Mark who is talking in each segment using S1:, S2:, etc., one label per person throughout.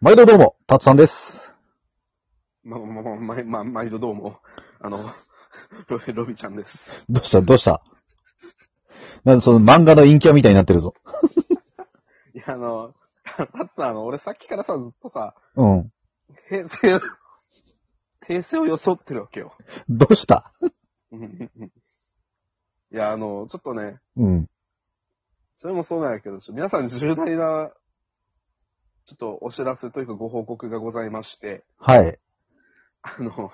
S1: 毎度どうも、たつさんです。
S2: ま、ま、ま、ま、ま、毎度どうも。あの、ロビロビちゃんです。
S1: どうしたどうしたなんでその漫画の陰キャみたいになってるぞ。
S2: いや、あの、たつさん、あの、俺さっきからさ、ずっとさ、
S1: うん。
S2: 平成を、平成を装ってるわけよ。
S1: どうした
S2: うんうんうんいや、あの、ちょっとね、
S1: うん。
S2: それもそうなんやけど、ちょっと皆さん重大な、ちょっとお知らせというかご報告がございまして、
S1: はい。
S2: あの、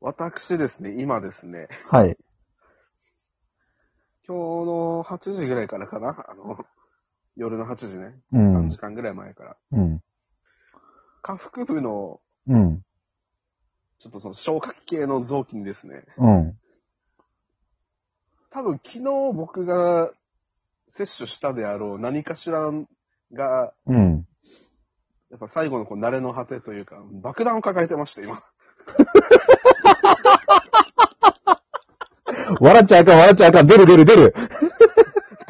S2: 私ですね、今ですね、
S1: はい。
S2: 今日の8時ぐらいからかなあの、夜の8時ね。
S1: うん
S2: 3時間ぐらい前から。
S1: うん。
S2: 下腹部の、
S1: うん。
S2: ちょっとその消化器系の臓器にですね、
S1: うん。
S2: 多分昨日僕が摂取したであろう何かしらが、
S1: うん。
S2: やっぱ最後のこう慣れの果てというか、爆弾を抱えてました、今。
S1: 笑っちゃあかん、笑っちゃあかん。出る出る出る。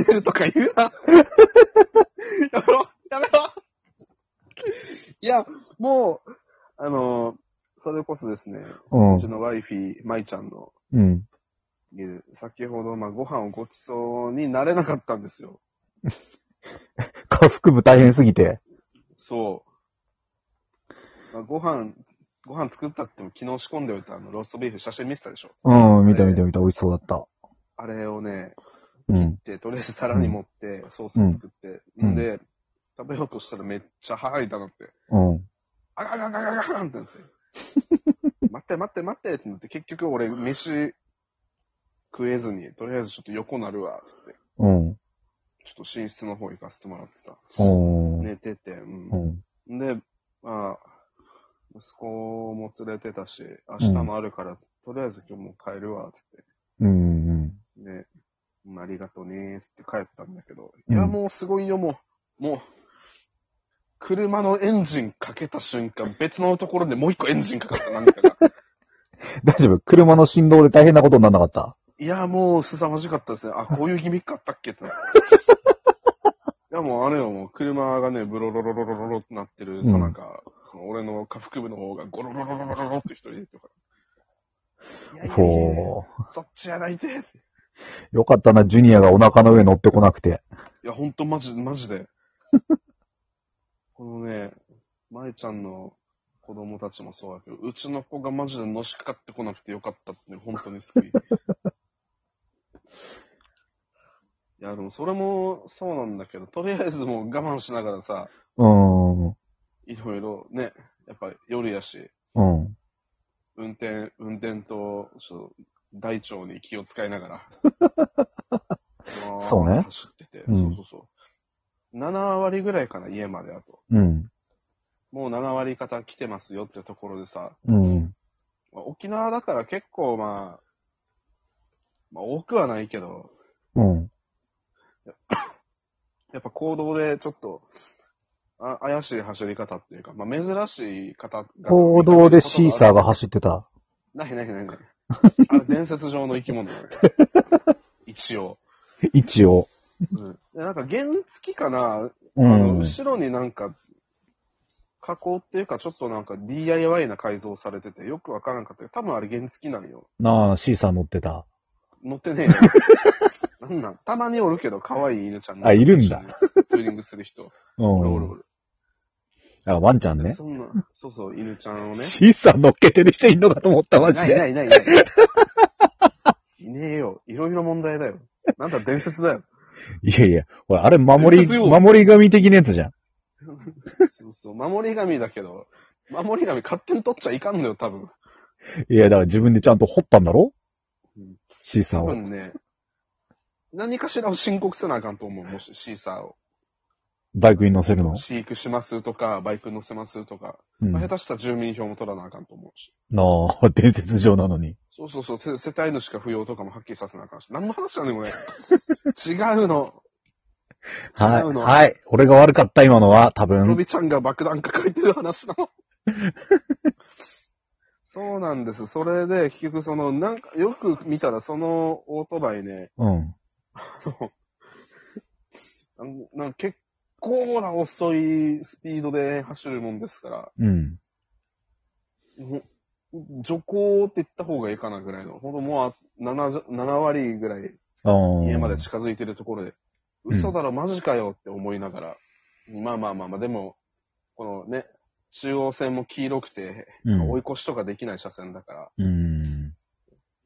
S2: 出るとか言うな。 やめろ、やめろ。いや、もう、あの、それこそですね、
S1: うん
S2: うち。のワイフィー、舞ちゃんの、
S1: うん。
S2: で先ほど、まあ、ご飯をごちそうになれなかったんですよ。
S1: 下腹部大変すぎて。
S2: そう。まあ、ご飯、ご飯作ったっても昨日仕込んでおいたあのローストビーフ写真見せたでしょ。
S1: うん。見た見た見た。美味しそうだった。
S2: あれをね、
S1: うん。
S2: で、とりあえず皿に盛って、ソース作って、
S1: うん
S2: んで、食べようとしたらめっちゃ歯が痛なって、
S1: うん。
S2: あがががが がってなって。待って待って待ってってなって、結局俺飯食えずに、とりあえずちょっと横なるわ、つって。
S1: うん。
S2: ちょっと寝室の方行かせてもらってた。
S1: うん。
S2: 寝てて、うん
S1: う。ん。
S2: で、まあ、息子も連れてたし、明日もあるから、とりあえず今日もう帰るわ、つっ
S1: うん。うん。
S2: て。ね、うんありがとうねー、つって帰ったんだけど、
S1: うん
S2: いや、もうすごいよ、もう、もう、車のエンジンかけた瞬間、別のところでもう一個エンジンかかった、何かが。
S1: 大丈夫車の振動で大変なことにならなかっ
S2: いや、もう凄まじかったですね。あ、こういうギミックあったっけってなって。いや、もうあれよ、もう車がね、ブロロロロロロロってなってるさなか、その俺の下腹部の方がゴロロロロロロロって一人で言ってから。
S1: た。
S2: いやいやいや
S1: ほ
S2: そっちやないで。い
S1: ー。よかったな、ジュニアがお腹の上乗ってこなくて。
S2: や、ほんとマジ、マジで。 このね、まえちゃんの子供たちもそうだけど、うちの子がマジでのしかかってこなくてよかったって、本当に救い。いや、でもそれもそうなんだけど、とりあえずもう我慢しながらさ、
S1: うん。うん。
S2: いろいろね、やっぱ夜やし、運転、運転と、ちょっと、大腸に気を使いながら。
S1: そうね
S2: 走ってて、
S1: うん
S2: そうそうそう。7割ぐらいかな、家まであと。
S1: うん。
S2: もう7割方来てますよってところでさ、
S1: うん。
S2: まあ沖縄だから結構まあ、まあ多くはないけど、
S1: うん。
S2: やっぱ行動でちょっと、あ怪しい走り方っていうか、まあ珍しい方が。
S1: 行動でシーサーが走ってた。
S2: ないないないない。あれ伝説上の生き物だ ね。一応。
S1: 一応。
S2: うん、でなんか原付きかな、
S1: う
S2: あの
S1: ん。
S2: 後ろになんか、加工っていうか、ちょっとなんか DIY な改造されてて、よくわからんかったけど、多分あれ原付きなんよ。
S1: なあ、シーサー乗ってた。
S2: 乗っ てねえよ。なんなんたまにおるけど、可愛い犬ちゃんね
S1: あいるんだ。
S2: ツーリングする人。
S1: う
S2: おるおるお
S1: ん。
S2: る。
S1: あ、ワンちゃんね。
S2: そんな、そうそう、犬ちゃんをね。
S1: シーサー乗っけてる人いんのかと思った、マジ
S2: ないな
S1: で。
S2: いないない。いねえよ。いろいろ問題だよ。なんだ伝説だよ。
S1: いやいや、ほら、あれ守り、
S2: 必要
S1: 守り神的なやつじゃん。
S2: そうそう、守り神だけど、守り神勝手に取っちゃいかんのよ、多分。
S1: いや、だから自分でちゃんと掘ったんだろ
S2: うん
S1: シーサー
S2: 多
S1: を。
S2: 分ね、何かしらを申告せなあかんと思う、もしシーサーを。
S1: バイクに乗せるの。
S2: 飼育しますとか、バイク乗せますとか、
S1: うん。
S2: まあ
S1: な
S2: 下手したら住民票も取らなあかんと思うし。
S1: あ、伝説上なのに。
S2: そうそうそう、せ世帯主か扶養とかもはっきりさせなあかんし。何の話だねん、こ れ。違うの。
S1: は
S2: 違
S1: い。
S2: うの。
S1: はい。俺が悪かった、今のは、多
S2: ロ
S1: 分。
S2: ビちゃんが爆弾抱えてる話なの。そうなんです。それで、結局その、なんか、よく見たらそのオートバイね、
S1: うん。
S2: あのなんなんか結構な遅いスピードで走るもんですから、
S1: うん。
S2: もう徐行って言った方がいいかなぐらいの、ほんともうあ 7, 7割ぐらい
S1: ああ。
S2: 家まで近づいてるところで、
S1: うん
S2: 嘘だろ、マジかよって思いながら、まあまあまあまあ、でも、このね、中央線も黄色くて、
S1: うん。
S2: 追い越しとかできない車線だから、
S1: うん。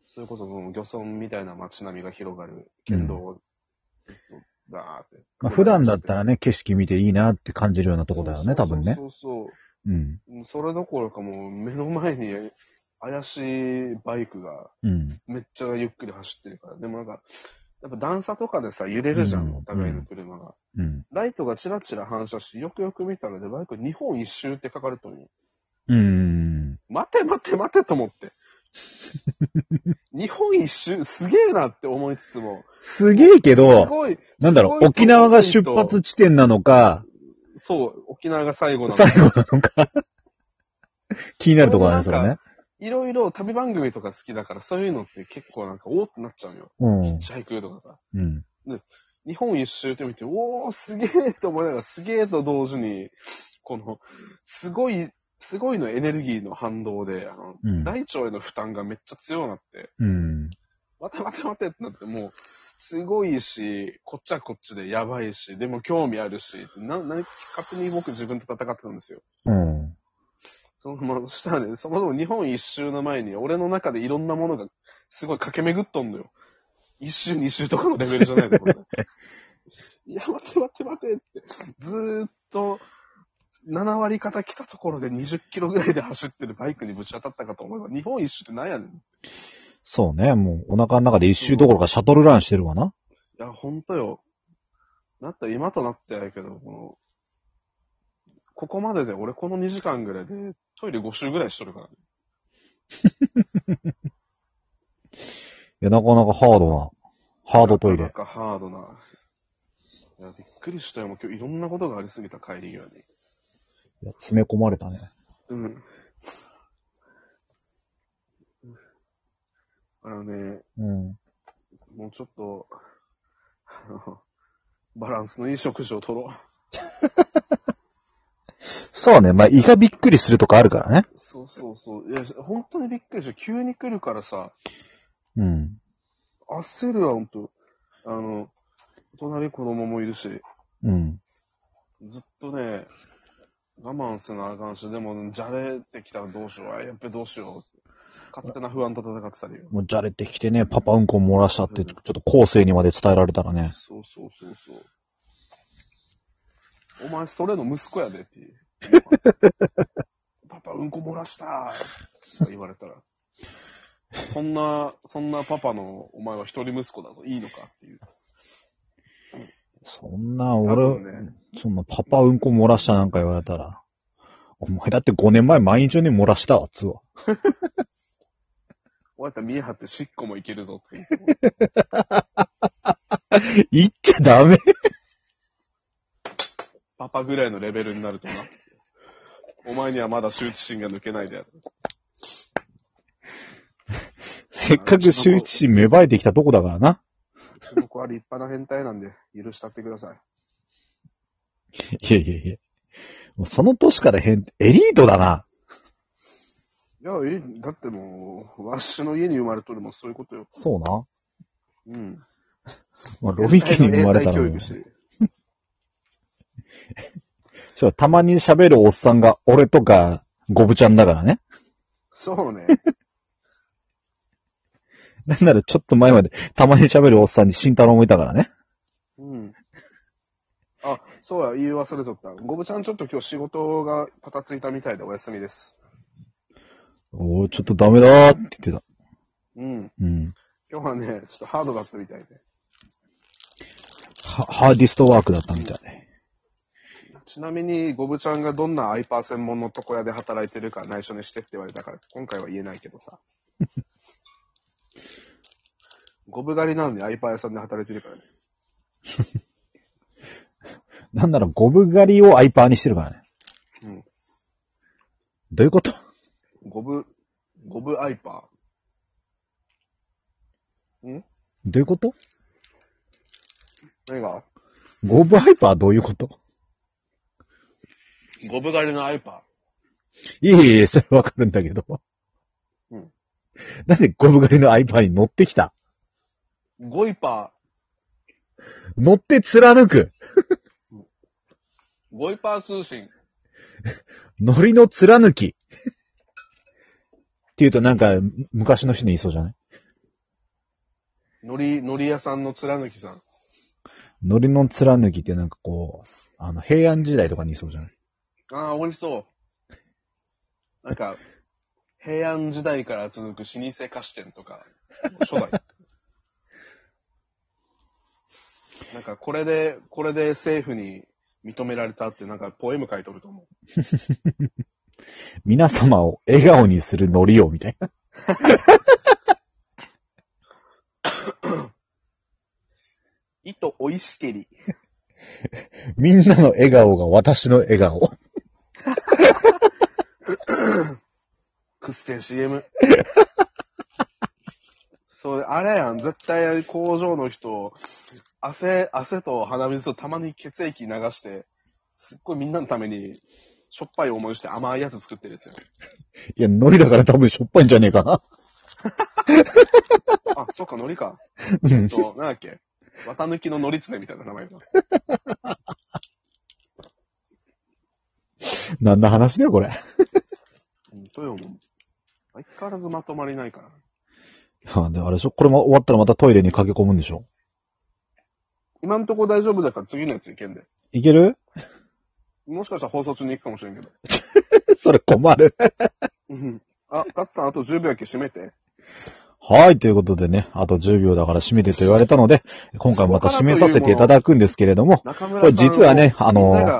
S2: それこそこの漁村みたいな街並みが広がる県道を、だーって。
S1: まあ、普段だったらね、景色見ていいなって感じるようなとこだよね、多分ね。
S2: そうそうそう
S1: うん。
S2: そう。それどころかもう目の前に怪しいバイクが
S1: うん。
S2: めっちゃゆっくり走ってるから。でもなんか、やっぱ段差とかでさ、揺れるじゃ
S1: うん
S2: ん、お互いの車が。
S1: うん。
S2: ライトがチラチラ反射して、よくよく見たらで、バイク2本一周ってかかると思う。
S1: うん。
S2: 待て待て待てと思 って。2本一周、すげえなって思いつつも。
S1: すげえけ
S2: す
S1: ど、
S2: ごい
S1: なんだろ
S2: す
S1: う、
S2: ごい
S1: 沖縄が出発地点なのか、
S2: そう、沖縄が最後なの
S1: 最後なのか。気になるところだね、それね。
S2: いろいろ旅番組とか好きだから、そういうのって結構なんか、おーってなっちゃうよ。
S1: うん。
S2: シャイクとかさ。
S1: うん。
S2: 日本一周って見て、おー、すげえと思いながら、すげえと同時に、この、すごい、すごいのエネルギーの反動で、あの、
S1: うん
S2: 大腸への負担がめっちゃ強くなって、
S1: うん。
S2: 待て待て待てってなって、もう、すごいし、こっちはこっちでやばいし、でも興味あるし、な、な、勝手に僕自分と戦ってたんですよ。
S1: うん。
S2: そのまあ、そしたらね、そもそも日本一周の前に、俺の中でいろんなものがすごい駆け巡っとんのよ。一周、二周とかのレベルじゃないのこれいや、待て待て待てって、ずーっと、7割方来たところで20キロぐらいで走ってるバイクにぶち当たったかと思えば、日本一周ってなんやねん。い
S1: そうね、もうお腹の中で一周どころかシャトルランしてるわな。
S2: や、ほんとよ。なった、今となってやけど、この、ここまでで俺この2時間ぐらいでトイレ5周ぐらいしとるからね。
S1: いや、なかなかハードな。ハードトイ
S2: な
S1: レ。
S2: かなかハードな。いや、びっくりしたよ。もう今日いろんなことがありすぎた、帰り際に。
S1: いや詰め込まれたね。
S2: うん。あのね、
S1: うん。
S2: もうちょっと、あの、バランスのいい食事を取ろ
S1: そうね、まあ、胃がびっくりするとかあるからね。
S2: う。そうそうそう。いや、本当にびっくりした。急に来るからさ、
S1: うん。
S2: 焦るわ、ほんと。あの、隣子供もいるし。
S1: うん。
S2: ずっとね、我慢せなあかんし、でも、じゃれってきたらどうしよう、あやっべどうしようって、勝手な不安と戦ってたりよ。
S1: もうじゃれてきてね、パパうんこ漏らしたって、ちょっと後世にまで伝えられたらね。
S2: そうそうそうそう。お前、それの息子やでって。 パパ、うんこ漏らしたとか言われたら。そんな、そんなパパのお前は一人息子だぞ、いいのかっていう。
S1: そんな、
S2: 多
S1: 俺、
S2: 分ね、
S1: そんなパパうんこ漏らしたなんか言われたら、お前だって5年前毎日に漏らしたわ、っつうわ。
S2: こうやって見え張ってしっこもいけるぞって言って。
S1: 言っちゃダメ
S2: パパぐらいのレベルになると な。お前にはまだ羞恥心が抜けないである。
S1: せっかく周一心芽生えてきたとこだからな。
S2: うちの子は立派な変態なんで、許したってください。
S1: いやいやいや。もうその年から変、エリートだな。
S2: いや、えだってもう、わしの家に生まれとるもんそういうことよ。
S1: そうな。
S2: うん。
S1: まあ、ロビキに生まれたの
S2: 変態の英才教
S1: に
S2: 育し。てる。
S1: そう、たまに喋るおっさんが、俺とか、ゴブちゃんだからね。
S2: そ うね。
S1: なんならちょっと前まで、たまに喋るおっさんに慎太郎もいたからね。
S2: うん。あ、そうや、言い忘れとった。ゴブちゃんちょっと今日仕事がパタついたみたいでお休みです。
S1: おー、ちょっとダメだーって言って
S2: うん。
S1: た。うん。
S2: 今日はね、ちょっとハードだったみたいで。
S1: は、ハーディストワークだったみたい。
S2: ちなみに、ゴブちゃんがどんなアイパー専門の床屋で働いてるか内緒にしてって言われたから、今回は言えないけどさ。 ゴブ狩りなのにアイパー屋さんで働いてるからね。
S1: なんならゴブ狩りをアイパーにしてるからね。
S2: うん。
S1: どういうこと
S2: ゴブ、ゴブアイパー。ん
S1: どういうこと
S2: 何が
S1: ゴブアイパーどういうこと
S2: ゴブ狩りのアイパ
S1: いえいえ、それわかるんだけど。
S2: うん
S1: なんでゴブ狩りの iPad に乗ってきた
S2: ー、ゴイパ
S1: 乗って貫く
S2: ー、ゴイパー通信。
S1: 乗りの貫きっていうとなんか、昔の人に言いそうじゃない
S2: のり、のり屋さんの貫きさん。
S1: 乗りの貫きってなんかこう、あの、平安時代とかに言いそうじゃない
S2: ああ、美味しそう。なんか、平安時代から続く老舗菓子店とか、初 代。なんか、これで、これで政府に認められたって、なんか、ポエム書いとると思
S1: 皆様を笑顔にするノリを、みたいな。
S2: う。糸おいしけり。
S1: みんなの笑顔が私の笑顔。
S2: くっせえ CM。それ、あれやん。絶対工場の人、汗、汗と鼻水とたまに血液流して、すっごいみんなのために、しょっぱい思いして甘いやつ作ってるやつやん。
S1: いや、ノリだから多分しょっぱいんじゃねえかな。
S2: あ、そっか、海苔か。
S1: う
S2: えっ
S1: ん
S2: と、なんだっけ。綿抜きの海苔つねみたいな名前だ。
S1: 何の話だよ、これ。
S2: うん、とよ、もう。相変わらずまとまりないから。
S1: あでもあれでしょこれも終わったらまたトイレに駆け込むんでしょ
S2: 今んとこ大丈夫だから次のやついけんで。
S1: いける
S2: もしかしたら放送中に行くかもしれんけど。
S1: それ困る。
S2: うんあ、ガッツさんあと10秒だけ閉めて。
S1: はい、ということでね、あと10秒だから締めてと言われたので、今回また締めさせていただくんですけれども、
S2: 中
S1: こ
S2: 村
S1: れ
S2: さん。
S1: 実はね、あの
S2: みんなが